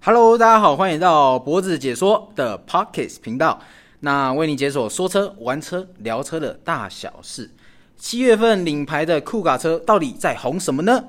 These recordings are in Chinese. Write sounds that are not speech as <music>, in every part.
Hello，大家好，欢迎到脖子解说的 Pockets 频道，那为你解锁说车、玩车、聊车的大小事。七月份领牌的酷卡车到底在红什么呢？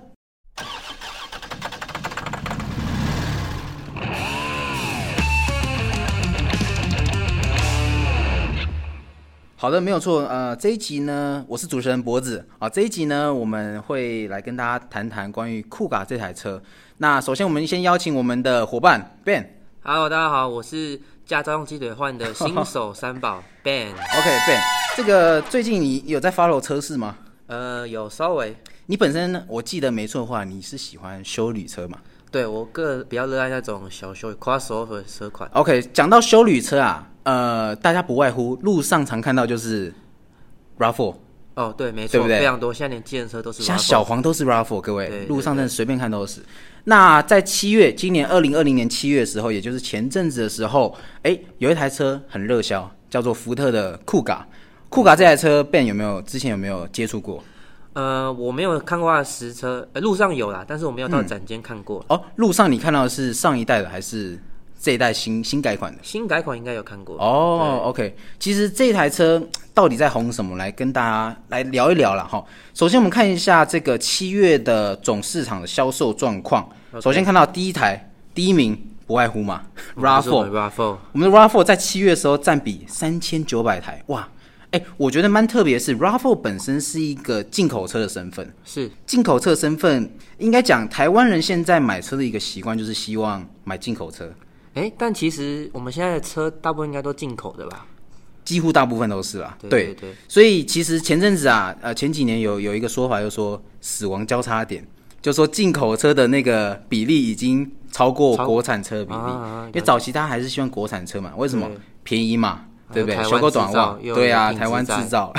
好的，没有错。呃，这一集呢，我是主持人脖子啊。这一集呢，我们会来跟大家谈谈关于酷卡这台车。那首先，我们先邀请我们的伙伴 Ben。 Hello，大家好，我是驾照用鸡腿换的新手三宝 <laughs> Ben。 OK，Ben，、这个最近你有在 follow 车市吗？呃，有稍微你本身我记得没错的话，你是喜欢修旅车嘛对我个人比较热爱那种小修 crossover 车款， ？OK，讲到修旅车啊，呃，大家不外乎路上常看到就是 RAV4，哦，对，没对错，不对非常多。现在连计程车都是像 Raffles 小黄都是 RAV4，各对位对路上真的随便看都是。那在七月，今年二零二零年七月的时候，也就是前阵子的时候，哎，有一台车很热销，叫做福特的酷嘎。酷嘎这台车 Ben 有没有之前有没有接触过？呃，我没有看过它的实车，呃，路上有啦，但是我没有到展间看过。哦，路上你看到的是上一代的还是这一代新新改款的？新改款应该有看过。哦，OK，其实这台车到底在红什么？来跟大家来聊一聊了哈。首先，我们看一下这个七月的总市场的销售状况。 OK 首先看到第一台第一名， <laughs> 不外乎嘛，RAV4。 Raffle，我们的 RAV4 在七月的时候占比三千九百台，哇！哎、我觉得蛮特别的是，RAV4 本身是一个进口车的身份，是进口车的身份应该讲，台湾人现在买车的一个习惯就是希望买进口车，哎、但其实我们现在的车大部分应该都进口的吧？几乎大部分都是啊啦。对对对所以其实前阵子啊，呃，前几年有有一个说法，就说死亡交叉点，就说进口车的那个比例已经超过超国产车的比例，啊啊啊因为早期大家还是希望国产车嘛，为什么对便宜嘛，对不对？还啊有台修湾个短袜，制造对啊，又有品质台湾制 <laughs> 造。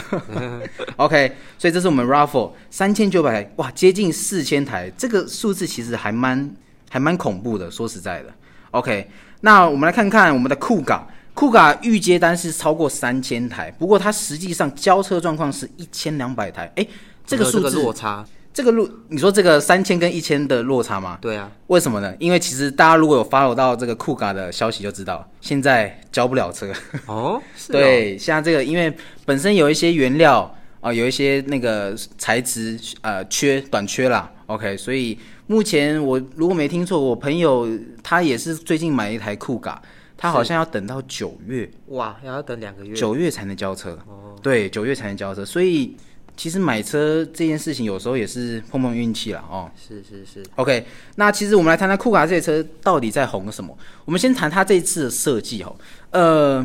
OK，所以这是我们 Raffle 三千九百台，哇，接近四千台，这个数字其实还蛮还蛮恐怖的，说实在的。OK，那我们来看看我们的酷港。酷港预接单是超过三千台，不过它实际上交车状况是一千两百台。哎，这个有没数有这个字落，差，这个路，你说这个三千跟一千的落差吗？ <laughs> 对啊，为什么呢？因为其实大家如果有 follow 到这个酷嘎的消息，就知道现在交不了车。哦，是哦，对，像这个，因为本身有一些原料啊、有一些那个材质呃缺短缺啦。OK，所以目前我如果没听错，我朋友他也是最近买一台酷嘎，他好像要等到九月，哇，要等两个月，哦九月才能交车。对，九月才能交车，所以其实买车这件事情有时候也是碰碰运气啦哦。是是是， OK，那其实我们来谈谈酷卡这台车到底在红什么。我们先谈它这一次的设计哦。呃，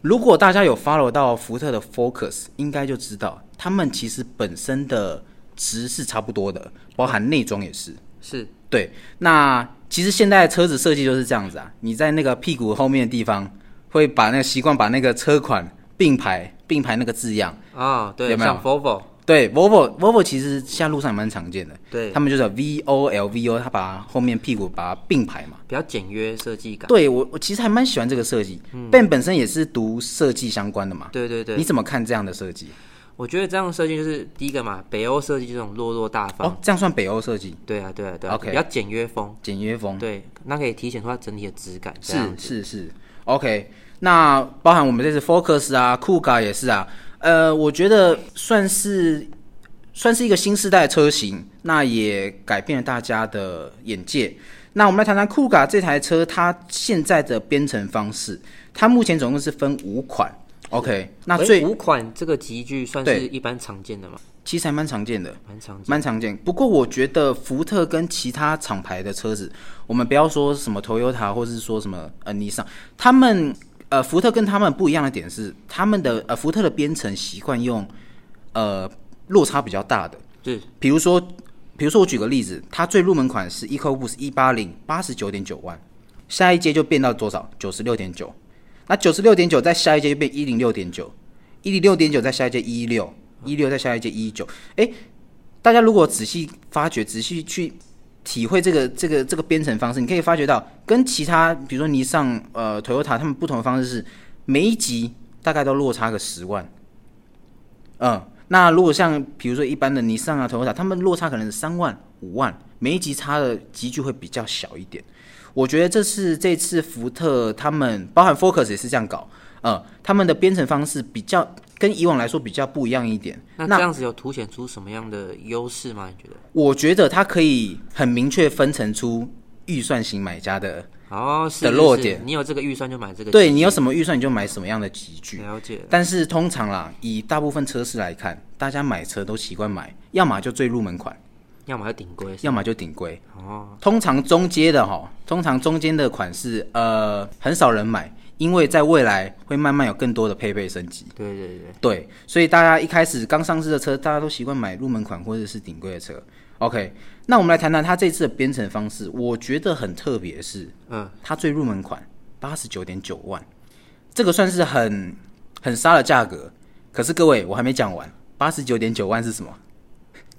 如果大家有 follow 到福特的 Focus，应该就知道他们其实本身的值是差不多的，包含内装也是。是对，那其实现在的车子设计就是这样子啊，你在那个屁股后面的地方会把那个习惯把那个车款并排并排那个字样。啊、对，有没有像 Volvo，对，Volvo Volvo 其实现在路上也蛮常见的，对他们就是 V O L V O，他把后面屁股把它并排嘛。比较简约设计感。对我我其实还蛮喜欢这个设计、Ben 本身也是读设计相关的嘛，对对对你怎么看这样的设计？我觉得这样设计就是第一个嘛，北欧设计这种落落大方。哦，这样算北欧设计，对啊，对啊，对啊 OK 比较简约风。简约风，对，那可以体现出它整体的质感。这是样子是是，OK。那包含我们这次 Focus 啊、酷卡也是啊，呃，我觉得算是算是一个新时代的车型，那也改变了大家的眼界。那我们来谈谈酷卡这台车，它现在的编程方式，它目前总共是分五款，OK。那诶最五款这个集具算对是一般常见的嘛，其实还蛮常见的，蛮常见。蛮常见。不过我觉得福特跟其他厂牌的车子，我们不要说什么 Toyota 或是说什么呃尼桑，他们呃福特跟他们不一样的点是，他们的呃福特的编程习惯用呃落差比较大的，是比如说比如说我举个例子，它最入门款是 EcoBoost 一八零八十九点九万，下一阶就变到多少九十六点九，那九十六点九在下一阶就变一零六点九，一零六点九在下一阶一六，一六在下一阶一九，哎，大家如果仔细发掘、仔细去体会这个这个这个编程方式，你可以发觉到跟其他比如说尼桑、呃 Toyota 他们不同的方式是，每一级大概都落差个十万。嗯，那如果像比如说一般的尼桑啊、Toyota，他们落差可能是三万、五万，每一级差的集距会比较小一点。我觉得这是这次福特他们包含 Focus 也是这样搞，呃，他们的编程方式比较跟以往来说比较不一样一点。那这样子有凸显出什么样的优势吗？你觉得？我觉得它可以很明确分成出预算型买家的，哦，是的是弱是点你有这个预算就买这个机器，对你有什么预算你就买什么样的集具。了解了，但是通常啦，以大部分车市来看，大家买车都习惯买，要么就最入门款，要么就顶规，要么就顶规。哦，通常中阶的哈，通常中间的款式，呃，很少人买，因为在未来会慢慢有更多的配备升级。对对对，对，所以大家一开始刚上市的车，大家都习惯买入门款或者是顶规的车。OK，那我们来谈谈它这次的编程方式，我觉得很特别，是嗯，它最入门款八十九点九万，这个算是很很杀的价格。可是各位，我还没讲完，八十九点九万是什么？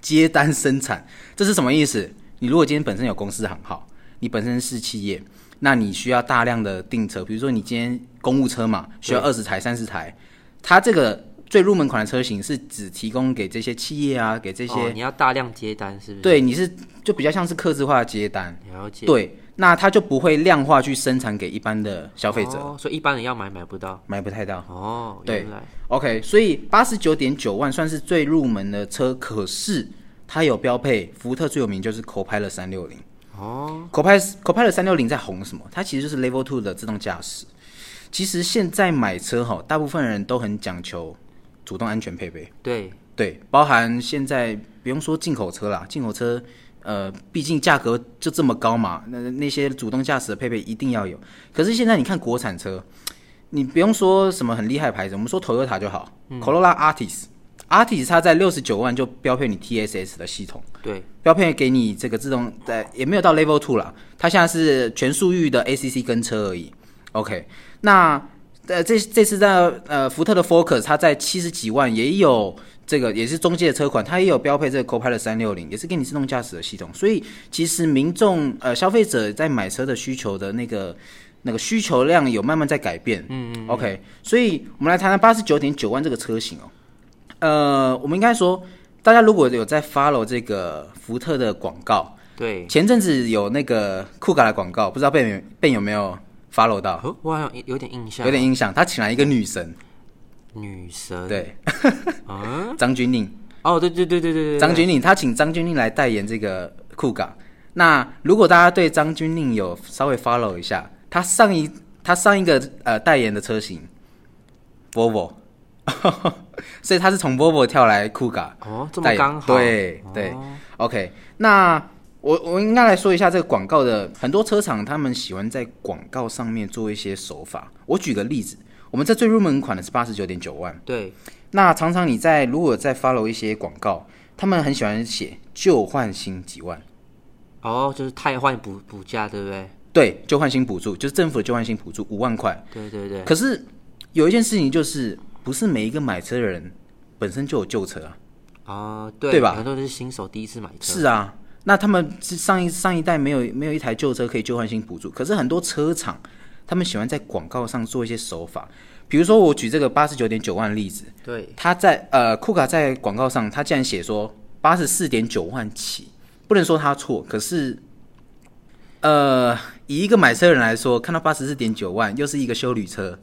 接单生产，这是什么意思？你如果今天本身有公司行号，你本身是企业，那你需要大量的订车，比如说你今天公务车嘛，需要二十台、三十台，它这个最入门款的车型是只提供给这些企业啊，给这些、哦你要大量接单是不是？，对，你是就比较像是客制化的接单。了解，对，那它就不会量化去生产给一般的消费者，哦，所以一般人要买买不到，买不太到。哦，对原来 OK，所以八十九点九万算是最入门的车，可是它有标配，福特最有名就是 Copilot 三六零。哦， Copilot Copilot 三六零在红什么？它其实就是 Level Two 的自动驾驶。其实现在买车哈，大部分人都很讲求主动安全配备，对，对，包含现在不用说进口车啦，进口车，呃，毕竟价格就这么高嘛，那那些主动驾驶的配备一定要有。可是现在你看国产车，你不用说什么很厉害的牌子，我们说 Toyota 就好、c o r o l l a Artis，Artis 它在六十九万就标配你 TSS 的系统，对，标配给你这个自动，呃，也没有到 Level Two 啦，它现在是全速域的 ACC 跟车而已。OK，那呃这这次在呃福特的 Focus，它在七十几万也有这个也是中介的车款，它也有标配这个 Copilot 三六零，也是给你自动驾驶的系统。所以其实民众呃消费者在买车的需求的那个。那个需求量有慢慢在改变，嗯嗯 o k 所以我们来谈谈八十九点九万这个车型哦，呃，我们应该说，大家如果有在 follow 这个福特的广告，对，前阵子有那个酷咖的广告，不知道贝有贝有没有 follow 到，哦，我好像有有点印象，有点印象。他请来一个女神，女神，，对，啊，张钧甯，哦，对对对对对对，张对钧甯，他请张钧甯来代言这个酷咖。那如果大家对张钧甯有稍微 follow 一下，他上一他上一个呃代言的车型，Volvo，所以他是从 Volvo 跳来酷咖。哦，这代么言刚好，对对哦 OK，那我我应该来说一下这个广告的，很多车厂他们喜欢在广告上面做一些手法。我举个例子，我们这最入门款的是八十九点九万，哦对，那常常你在如果在 follow 一些广告，他们很喜欢写旧换新几万，哦，就是汰换补补价，对不对？对，旧换新补助就是政府的旧换新补助五万块。对对对，可是有一件事情就是，不是每一个买车的人本身就有旧车啊。啊，对，对吧很多人是新手第一次买车，是啊，那他们是上一上一代没有没有一台旧车可以旧换新补助，可是很多车厂他们喜欢在广告上做一些手法，比如说我举这个八十九点九万的例子，对，他在呃库卡在广告上他竟然写说八十四点九万起，不能说他错，可是。呃，以一个买车人来说，看到八十四点九万，又是一个修旅车，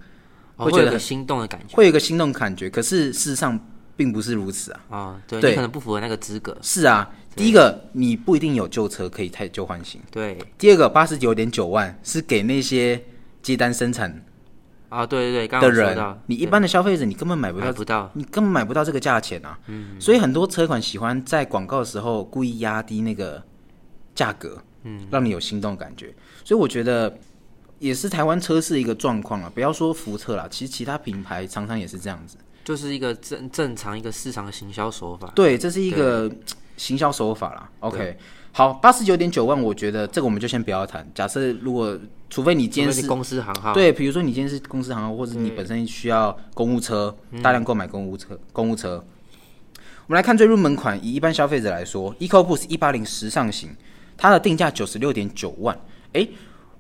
会哦会觉有得个很心动的感觉会有一个心动感觉。可是事实上并不是如此啊。啊，对对你可能不符合那个资格，是啊，第一个你不一定有旧车可以太旧换新，对，第二个八十九点九万是给那些接单生产啊，对对对，刚的刚有说到人，，你一般的消费者你根本买不买到，不到，你根本买不到这个价钱啊。嗯，所以很多车款喜欢在广告的时候故意压低那个价格，嗯，让你有心动的感觉。所以我觉得也是台湾车市一个状况啊了，不要说福特啦，其实其他品牌常常也是这样子。就是一个正正常一个市场的行销手法，对，这是一个行销手法啦。OK，好，八十九点九万，我觉得这个我们就先不要谈。假设如果除非你今天因为是是公司行号，，对，比如说你今天是公司行号，或者你本身需要公务车，大量购买公务车，公务车。我们来看最入门款，以一般消费者来说，EcoBoost 一八零时尚型，它的定价九十六点九万。诶，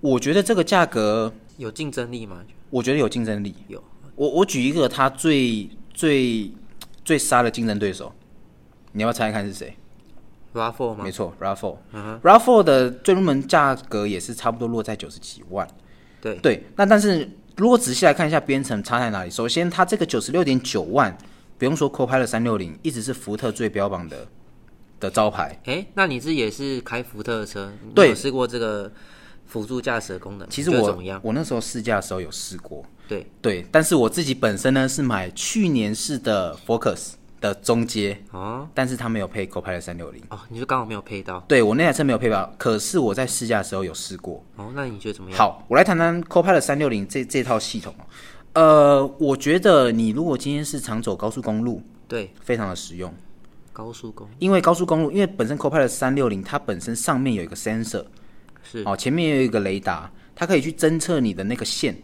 我觉得这个价格，有竞争力嘛，我觉得有竞争力。有我我举一个它最最最杀的竞争对手，你要不要猜一看是谁？ RAV4 吗嗯没？错，RAV4，RAV4 的最入门价格也是差不多落在九十几万。对，对，那但是如果仔细来看一下编程差在哪里，首先它这个九十六点九万，不用说 Copilot 三六零一直是福特最标榜的的招牌。哎，那你自己也是开福特的车，你对有试过这个辅助驾驶的功能吗？其实觉得我怎么样？我那时候试驾的时候有试过，对，对，但是我自己本身呢是买去年式的 Focus 的中阶，哦但是它没有配 Copilot 三六零。哦，你就刚好没有配到对我那台车没有配表，可是我在试驾的时候有试过，哦，那你觉得怎么样？好，我来谈谈 Copilot 三六零这这套系统哦。呃，我觉得你如果今天是常走高速公路，对，非常的实用，高速公因为高速公路，因为本身 Copilot 三六零它本身上面有一个 sensor 是哦，前面也有一个雷达，它可以去侦测你的那个线，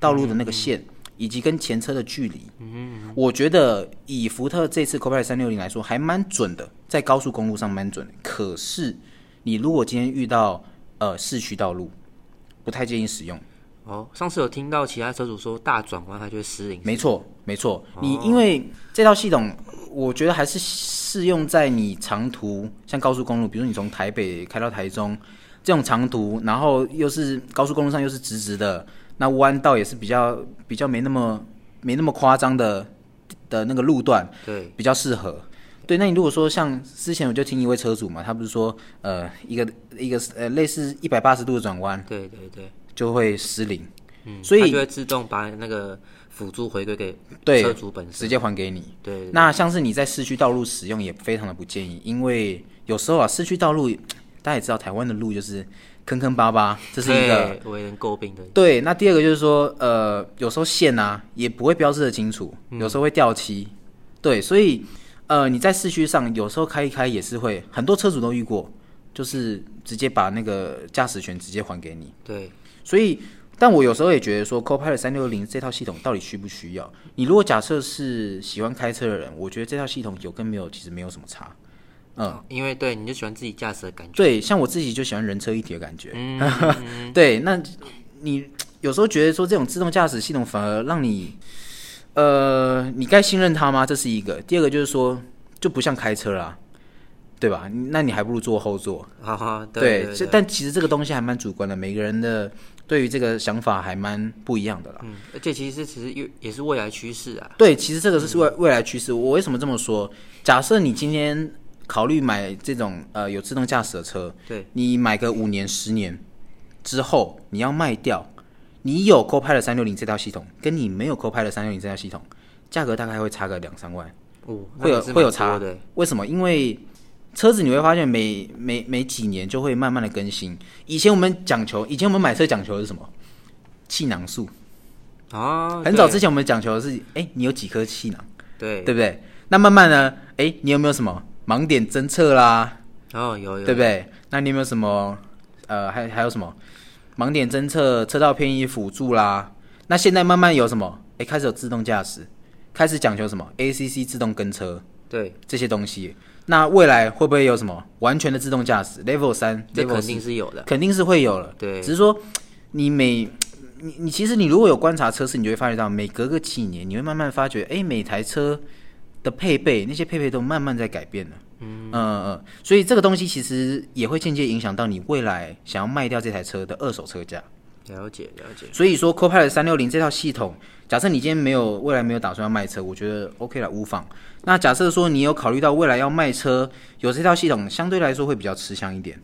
道路的那个线，以及跟前车的距离。嗯我觉得以福特这次 Copilot 三六零来说，还蛮准的，在高速公路上蛮准的。可是你如果今天遇到呃市区道路，不太建议使用。哦，上次有听到其他车主说大转弯它就会失灵，没错，没错。你因为这套系统，我觉得还是适用在你长途，像高速公路，比如你从台北开到台中这种长途，然后又是高速公路上又是直直的，那弯道也是比较比较没那么没那么夸张的的那个路段，对，比较适合。对，那你如果说像之前我就听一位车主嘛，他不是说呃一个一个呃类似一百八十度的转弯对对对，就会失灵，嗯，所以它就会自动把那个辅助回归给对车主本身，直接还给你。对对那像是你在市区道路使用也非常的不建议，因为有时候啊，市区道路大家也知道，台湾的路就是坑坑巴巴，这是一个对为人诟病的，对。那第二个就是说，呃，有时候线啊也不会标示的清楚，有时候会掉漆，对，所以呃你在市区上有时候开一开也是会，很多车主都遇过，就是直接把那个驾驶权直接还给你。对所以，但我有时候也觉得说，Copilot 三六零这套系统到底需不需要？你如果假设是喜欢开车的人，我觉得这套系统有跟没有其实没有什么差。嗯，哦因为对你就喜欢自己驾驶的感觉，对，像我自己就喜欢人车一体的感觉。<laughs> 嗯，对，那你有时候觉得说这种自动驾驶系统反而让你，呃，你该信任它吗？这是一个。第二个就是说，就不像开车啦，对吧？那你还不如坐后座。哈哈，对对这对，但其实这个东西还蛮主观的，每个人的对于这个想法还蛮不一样的啦。嗯，而且其实其实也也是未来趋势啊，对，其实这个是未未来趋势。我为什么这么说？假设你今天考虑买这种呃有自动驾驶的车，对，你买个五年、十年之后，你要卖掉，你有 Copilot 三六零这套系统，跟你没有 Copilot 三六零这套系统，价格大概会差个两三万，哦，那会有也是会有蛮差多的，。为什么？因为车子你会发现每每每几年就会慢慢的更新。以前我们讲求，以前我们买车讲求的是什么？气囊数。啊，很早对之前我们讲求的是，哎、你有几颗气囊？对对不对？那慢慢呢，哎，你有没有什么盲点侦测啦，哦，有有，对不对？那你有没有什么呃，还还有什么盲点侦测、车道偏移辅助啦？那现在慢慢有什么？哎，开始有自动驾驶，开始讲究什么 ACC 自动跟车对，这些东西。那未来会不会有什么完全的自动驾驶 Level 三、这 Level 肯四定是有的，肯定是会有了。对只是说你每你你其实你如果有观察车市，你就会发觉到每隔个几年，你会慢慢发觉，哎，每台车的配备那些配备都慢慢在改变了。嗯嗯嗯，所以这个东西其实也会间接影响到你未来想要卖掉这台车的二手车价。了解了解，所以说，Copilot 三六零这套系统，假设你今天没有未来没有打算要卖车，我觉得 OK 了，无妨。那假设说你有考虑到未来要卖车，有这套系统相对来说会比较吃香一点。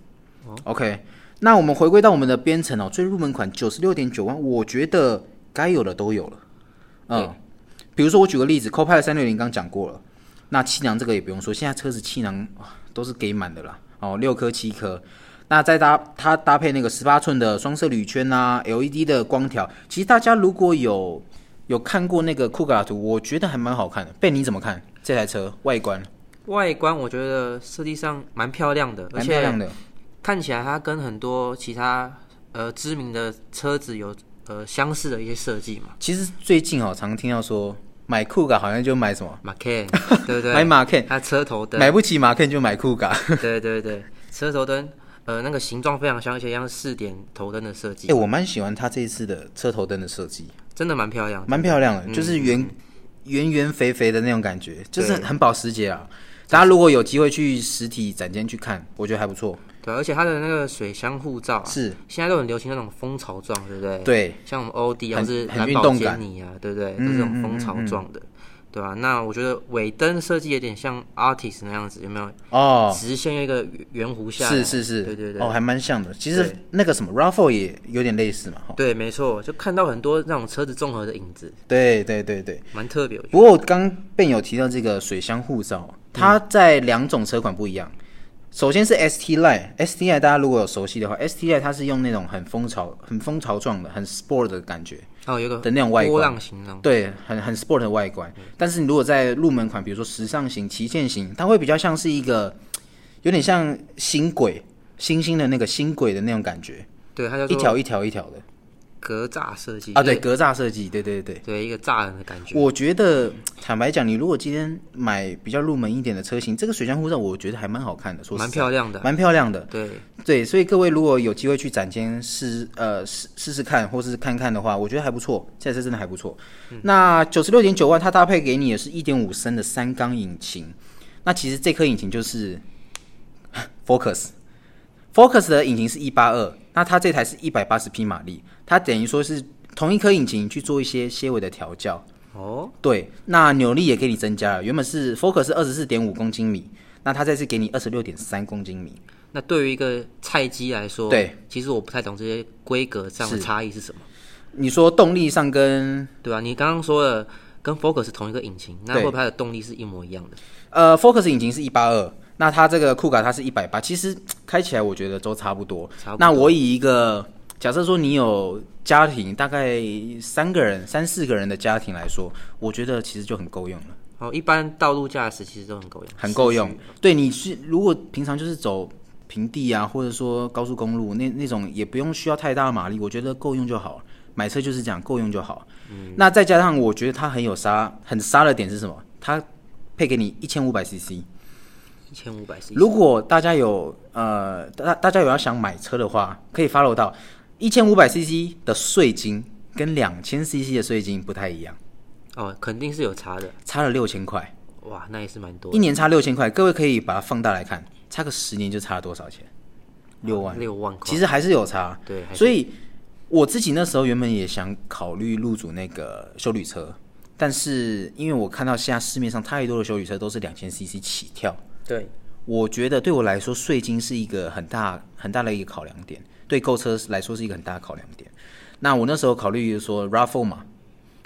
OK，那我们回归到我们的编程哦，最入门款九十六点九万，我觉得该有的都有了。嗯，比如说我举个例子，Copilot 三六零刚讲过了，那气囊这个也不用说，现在车子气囊啊都是给满的啦，哦，六颗七颗。那再搭它搭配那个十八寸的双色铝圈啊，LED 的光条，其实大家如果有有看过那个酷格拉图，我觉得还蛮好看的。贝，你怎么看这台车外观？外观我觉得设计上蛮漂亮的，而蛮漂且亮的，看起来它跟很多其他呃知名的车子有呃相似的一些设计嘛其实最近哦，常听到说买酷嘎好像就买什么， <laughs> ，Macan 对不对？买马 Ken，它车头灯，买不起马 Ken 就买酷嘎。对对对，车头灯呃那个形状非常像，而且像四点头灯的设哎、计，我蛮喜欢它这一次的车头灯的设计，真的蛮漂亮的。蛮漂亮的，就是圆圆圆肥肥的那种感觉，就是很保时捷啊。大家如果有机会去实体展间去看，我觉得还不错。对，而且它的那个水箱护罩、啊、是现在都很流行那种蜂巢状，对不对？，对，像我们 OD 啊，很或是很蓝运宝动感坚尼啊，对不对？都嗯是这种嗯蜂巢状的，对吧、那我觉得尾灯设计有点像 artist 那样子，有没有？哦，直线又一个圆弧下来，是是是，对对对，哦，还蛮像的。其实对那个什么 Raffle 也有点类似嘛，哈。对，没错，就看到很多那种车子综合的影子，对对对对。蛮特别。我觉得不过我刚便有提到这个水箱护罩，它在两种车款不一样。首先是 ST Line，ST Line 大家如果有熟悉的话，ST Line 它是用那种很蜂巢、很蜂巢状的、很 sport 的感觉，哦，有一个的那种外观波浪形状，对，很很 sport 的外观。嗯但是你如果在入门款，比如说时尚型、旗舰型，它会比较像是一个有点像新轨、星星的那个新轨的那种感觉，对，它叫一做条一条一条的格栅设计啊，对，就格是栅设计，对对对。对，一个栅栏的感觉。我觉得坦白讲，你如果今天买比较入门一点的车型，这个水箱护罩我觉得还蛮好看的，说实蛮在漂亮的，蛮漂亮的。对，对，所以各位如果有机会去展间试呃试试试看，或是看看的话，我觉得还不错，这台车真的还不错。那九十六点九万，它搭配给你也是一点五升的三缸引擎。那其实这颗引擎就是 <laughs> Focus。Focus 的引擎是一八二，那它这台是一百八十匹马力，它等于说是同一颗引擎去做一些些微的调教，哦，对，那扭力也给你增加了，原本是 Focus 是二十四点五公斤米，那它这次给你二十六点三公斤米。那对于一个菜鸡来说，对，其实我不太懂这些规格上的是差异是什么，你说动力上跟对吧、啊你刚刚说了跟 Focus 同一个引擎，那对会不会它的动力是一模一样的？呃 Focus 引擎是一八二，那它这个酷卡它是一百八，其实开起来我觉得都差不多。差不多那我以一个假设说你有家庭大概三个人、三四个人的家庭来说，我觉得其实就很够用了。哦，一般道路驾驶其实都很够用，很够用市区。对，你是如果平常就是走平地啊，或者说高速公路那那种，也不用需要太大的马力，我觉得够用就好。买车就是这样，够用就好。那再加上我觉得它很有杀，很杀的点是什么？它配给你一千五百 CC。一千五百 cc，如果大家有呃，大大家有要想买车的话，可以 follow 到一千五百 CC 的税金跟两千 CC 的税金不太一样，哦，肯定是有差的，差了六千块。哇，那也是蛮多一的，年差六千块，各位可以把它放大来看，差个十年就差了多少钱？六万，六万块，其实还是有差。对，还是所以我自己那时候原本也想考虑入主那个修旅车，但是因为我看到现在市面上太多的修旅车都是两千 CC 起跳，对，我觉得对我来说税金是一个很大很大的一个考量点，对购车来说是一个很大的考量点。那我那时候考虑说 Raffle 嘛，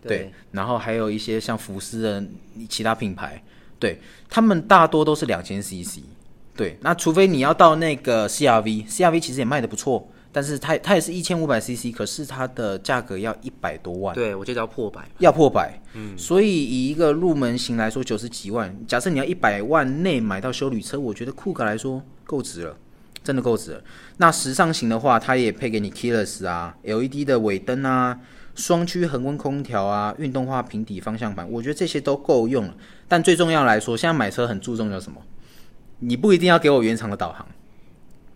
对，然后还有一些像福斯的其他品牌，对他们大多都是两千 CC。对，那除非你要到那个 CRV，CRV 其实也卖的不错，但是它它也是一千五百 CC，可是它的价格要一百多万，对，我就要破百，要破百。嗯，所以以一个入门型来说，九十几万，假设你要一百万内买到修旅车，我觉得酷卡来说够值了。真的够值了。那时尚型的话，它也配给你 keyless 啊、LED 的尾灯啊、双区恒温空调啊、运动化平底方向盘，我觉得这些都够用了。但最重要来说，现在买车很注重叫什么？你不一定要给我原厂的导航，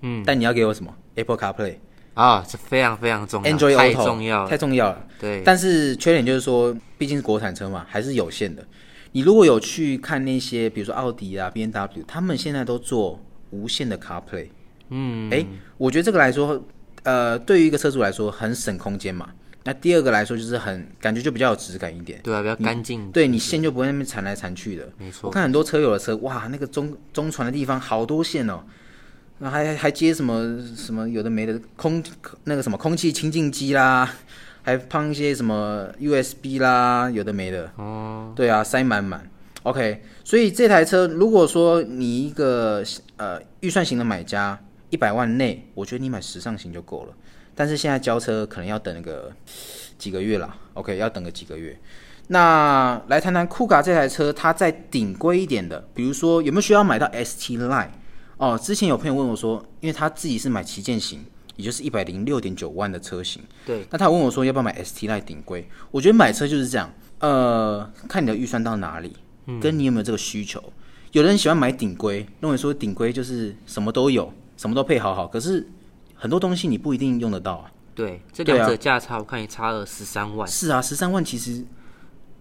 嗯，但你要给我什么？Apple CarPlay、啊，这非常非常重要 Android 太 Auto，重要了太，重要了。对，但是缺点就是说，毕竟是国产车嘛，还是有限的。你如果有去看那些，比如说奥迪啊、B N W，他们现在都做无线的 CarPlay。嗯，哎、我觉得这个来说，呃，对于一个车主来说很省空间嘛。那第二个来说就是很感觉就比较有质感一点，对啊，比较干净，对你线就不会那边缠来缠去的。没我错，看很多车友的车，哇，那个中中传的地方好多线哦，那还还接什么什么有的没的空那个什么空气清净机啦，还放一些什么 USB 啦，有的没的。哦，对啊，塞满满。OK，所以这台车如果说你一个呃预算型的买家，一百万内，我觉得你买时尚型就够了。但是现在交车可能要等个几个月啦，OK，要等个几个月。那来谈谈酷卡这台车，它在顶规一点的，比如说有没有需要买到 ST Line？哦，之前有朋友问我说，因为他自己是买旗舰型，也就是一百零六点九万的车型，对，那他问我说要不要买 ST Line 顶规？我觉得买车就是这样，呃，看你的预算到哪里，跟你有没有这个需求。有的人喜欢买顶规，认为说顶规就是什么都有，什么都配好好，可是很多东西你不一定用得到啊。对，这对啊两者价差我看也差了十三万，是啊，十三万其实，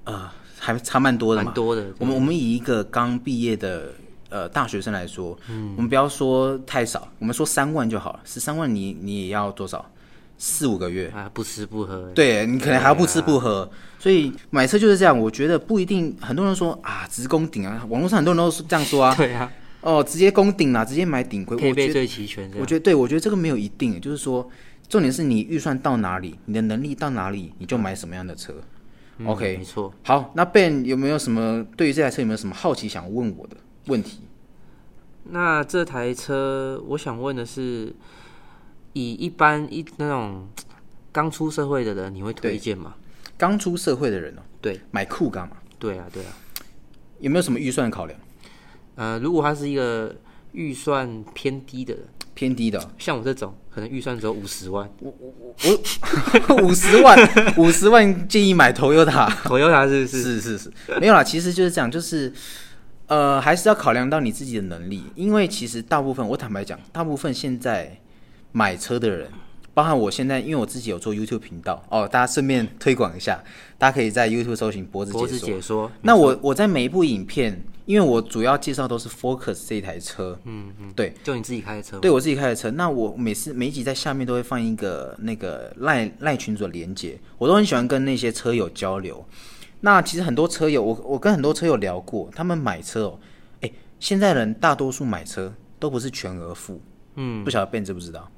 呃，还差蛮多的嘛蛮。多的。我们我们以一个刚毕业的呃大学生来说，嗯我们不要说太少，我们说三万就好了。十三万你你也要多少？四五个月。啊，不啊吃不喝，对你可能还要不吃不喝，所以买车就是这样。我觉得不一定，很多人说啊，直攻顶啊，网络上很多人都是这样说 <laughs> 啊，对啊，哦，直接攻顶啦，直接买顶规。配我觉备得最齐全这我样。觉得对，我觉得这个没有一定，就是说，重点是你预算到哪里，你的能力到哪里，你就买什么样的车。嗯 OK，没错。好，那 Ben 有没有什么对于这台车有没有什么好奇想问我的问题？那这台车，我想问的是，以一般一那种刚出社会的人，你会推荐吗？刚出社会的人哦，对，买酷干嘛？对啊，对啊。有没有什么预算考量？呃，如果他是一个预算偏低的人，偏低 <laughs> 的哦、像我这种，可能预算只有五十万我五十万，五十万建议买 Toyota。 ，Toyota 是不是？是是是，没有啦，其实就是这样，就是呃，还是要考量到你自己的能力，因为其实大部分，我坦白讲，大部分现在买车的人，包含我现在，因为我自己有做 YouTube 频道哦，大家顺便推广一下，大家可以在 YouTube 搜寻脖子脖解子说。解说，那我我在每一部影片，因为我主要介绍都是 Focus 这一台车，嗯嗯，对，就你自己开的车，对我自己开的车，那我每次每一集在下面都会放一个那个赖赖群组的连接，我都很喜欢跟那些车友交流。那其实很多车友，我我跟很多车友聊过，他们买车哦，哎，现在人大多数买车都不是全额付，嗯，不晓得贝你知不知道？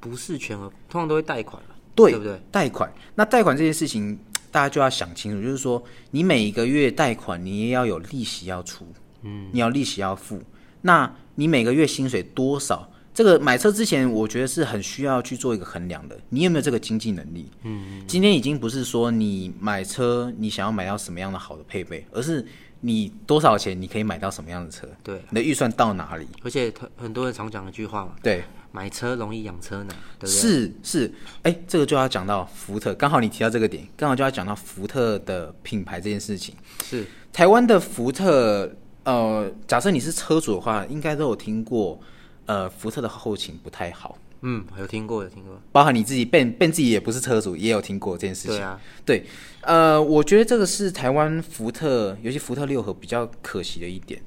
不是全额，通常都会贷款嘛，对，对不对？贷款，那贷款这件事情，大家就要想清楚，就是说，你每一个月贷款，你也要有利息要出，嗯，你要利息要付。那你每个月薪水多少？这个买车之前，我觉得是很需要去做一个衡量的。你有没有这个经济能力？嗯，今天已经不是说你买车，你想要买到什么样的好的配备，而是你多少钱你可以买到什么样的车，对，你的预算到哪里？而且他很多人常讲一句话嘛，对，买车容易养车难，对不对？是是，哎，这个就要讲到福特，刚好你提到这个点，刚好就要讲到福特的品牌这件事情。是，台湾的福特，呃，假设你是车主的话，应该都有听过，呃，福特的后勤不太好，嗯，有听过，有听过，包含你自己变变自己也不是车主，也有听过这件事情。对啊，对，呃，我觉得这个是台湾福特，尤其福特六合比较可惜的一点。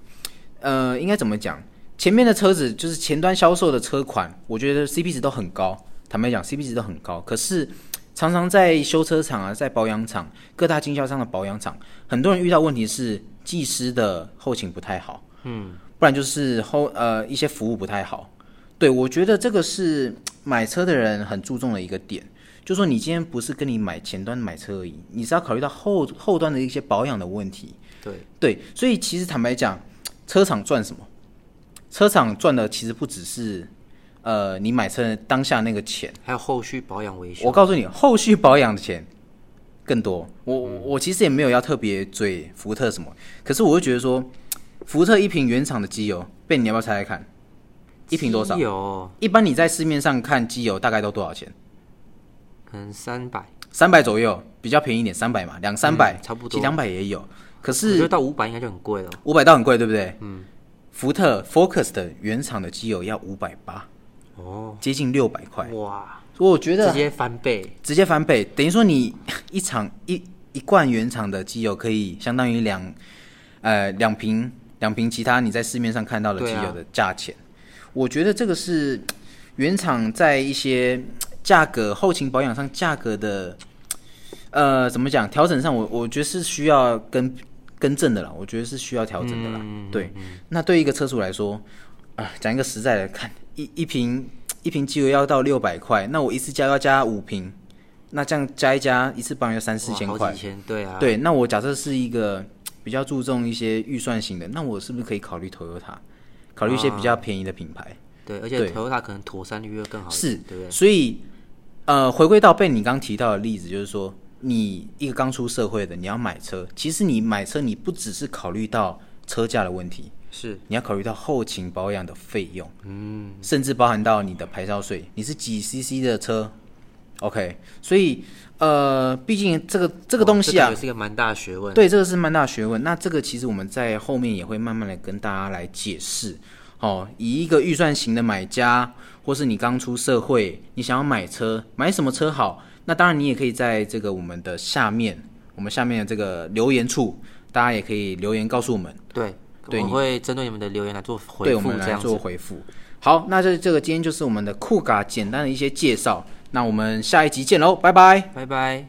呃，应该怎么讲？前面的车子就是前端销售的车款，我觉得 CP 值都很高。坦白讲，CP 值都很高，可是常常在修车厂啊，在保养厂、各大经销商的保养厂，很多人遇到问题是技师的后勤不太好，嗯，不然就是后呃一些服务不太好。对，我觉得这个是买车的人很注重的一个点。就说你今天不是跟你买前端买车而已，你是要考虑到后后端的一些保养的问题。对，对，所以其实坦白讲，车厂赚什么？车厂赚的其实不只是呃你买车的当下那个钱，还有后续保养维修，我告诉你，后续保养的钱更多。我我其实也没有要特别追福特什么，可是我会觉得说，福特一瓶原厂的机油，被你要不要猜猜看？一瓶多少？有，一般你在市面上看机油大概都多少钱？可能三百，三百左右，比较便宜一点，三百嘛，两三百、嗯差不多其实两百也有。可我觉得是到五百应该就很贵了，五百到很贵，对不对？嗯。福特 Focus 的原厂的机油要五百八，哦，接近六百块，哇，所以我觉得直接翻倍，直接翻倍，等于说你一场一一罐原厂的机油可以相当于两呃两瓶两瓶其他你在市面上看到的机对啊油的价钱。我觉得这个是原厂在一些价格后勤保养上价格的呃怎么讲调整上，我我觉得是需要跟更正的啦，我觉得是需要调整的啦。嗯对，那对一个车主来说，啊，讲一个实在的，看一一瓶一瓶机油要到六百块，那我一次加要加五瓶，那这样加一加一次保养要三四哇千好块几。千，对啊，，对，那我假设是一个比较注重一些预算型的，那我是不是可以考虑 Toyota，考虑一些比较便宜的品牌？对，而且对 Toyota 可能妥善率会更好一点，是对不，对？所以呃，回归到被你刚提到的例子，就是说，你一个刚出社会的，你要买车，其实你买车，你不只是考虑到车价的问题，是，你要考虑到后勤保养的费用，嗯，甚至包含到你的牌照税，你是几 CC 的车？OK，所以呃，毕竟这个这个哇东西啊感觉，是一个蛮大的学问，，对，这个是蛮大学问。那这个其实我们在后面也会慢慢的跟大家来解释。哦，以一个预算型的买家，或是你刚出社会，你想要买车，买什么车好？那当然，你也可以在这个我们的下面，我们下面的这个留言处，大家也可以留言告诉我们。对，对我你会针对你们的留言来做回对我复，们这来样做子。回复。好，那这这个今天就是我们的酷嘎简单的一些介绍，那我们下一集见喽，拜拜。拜拜。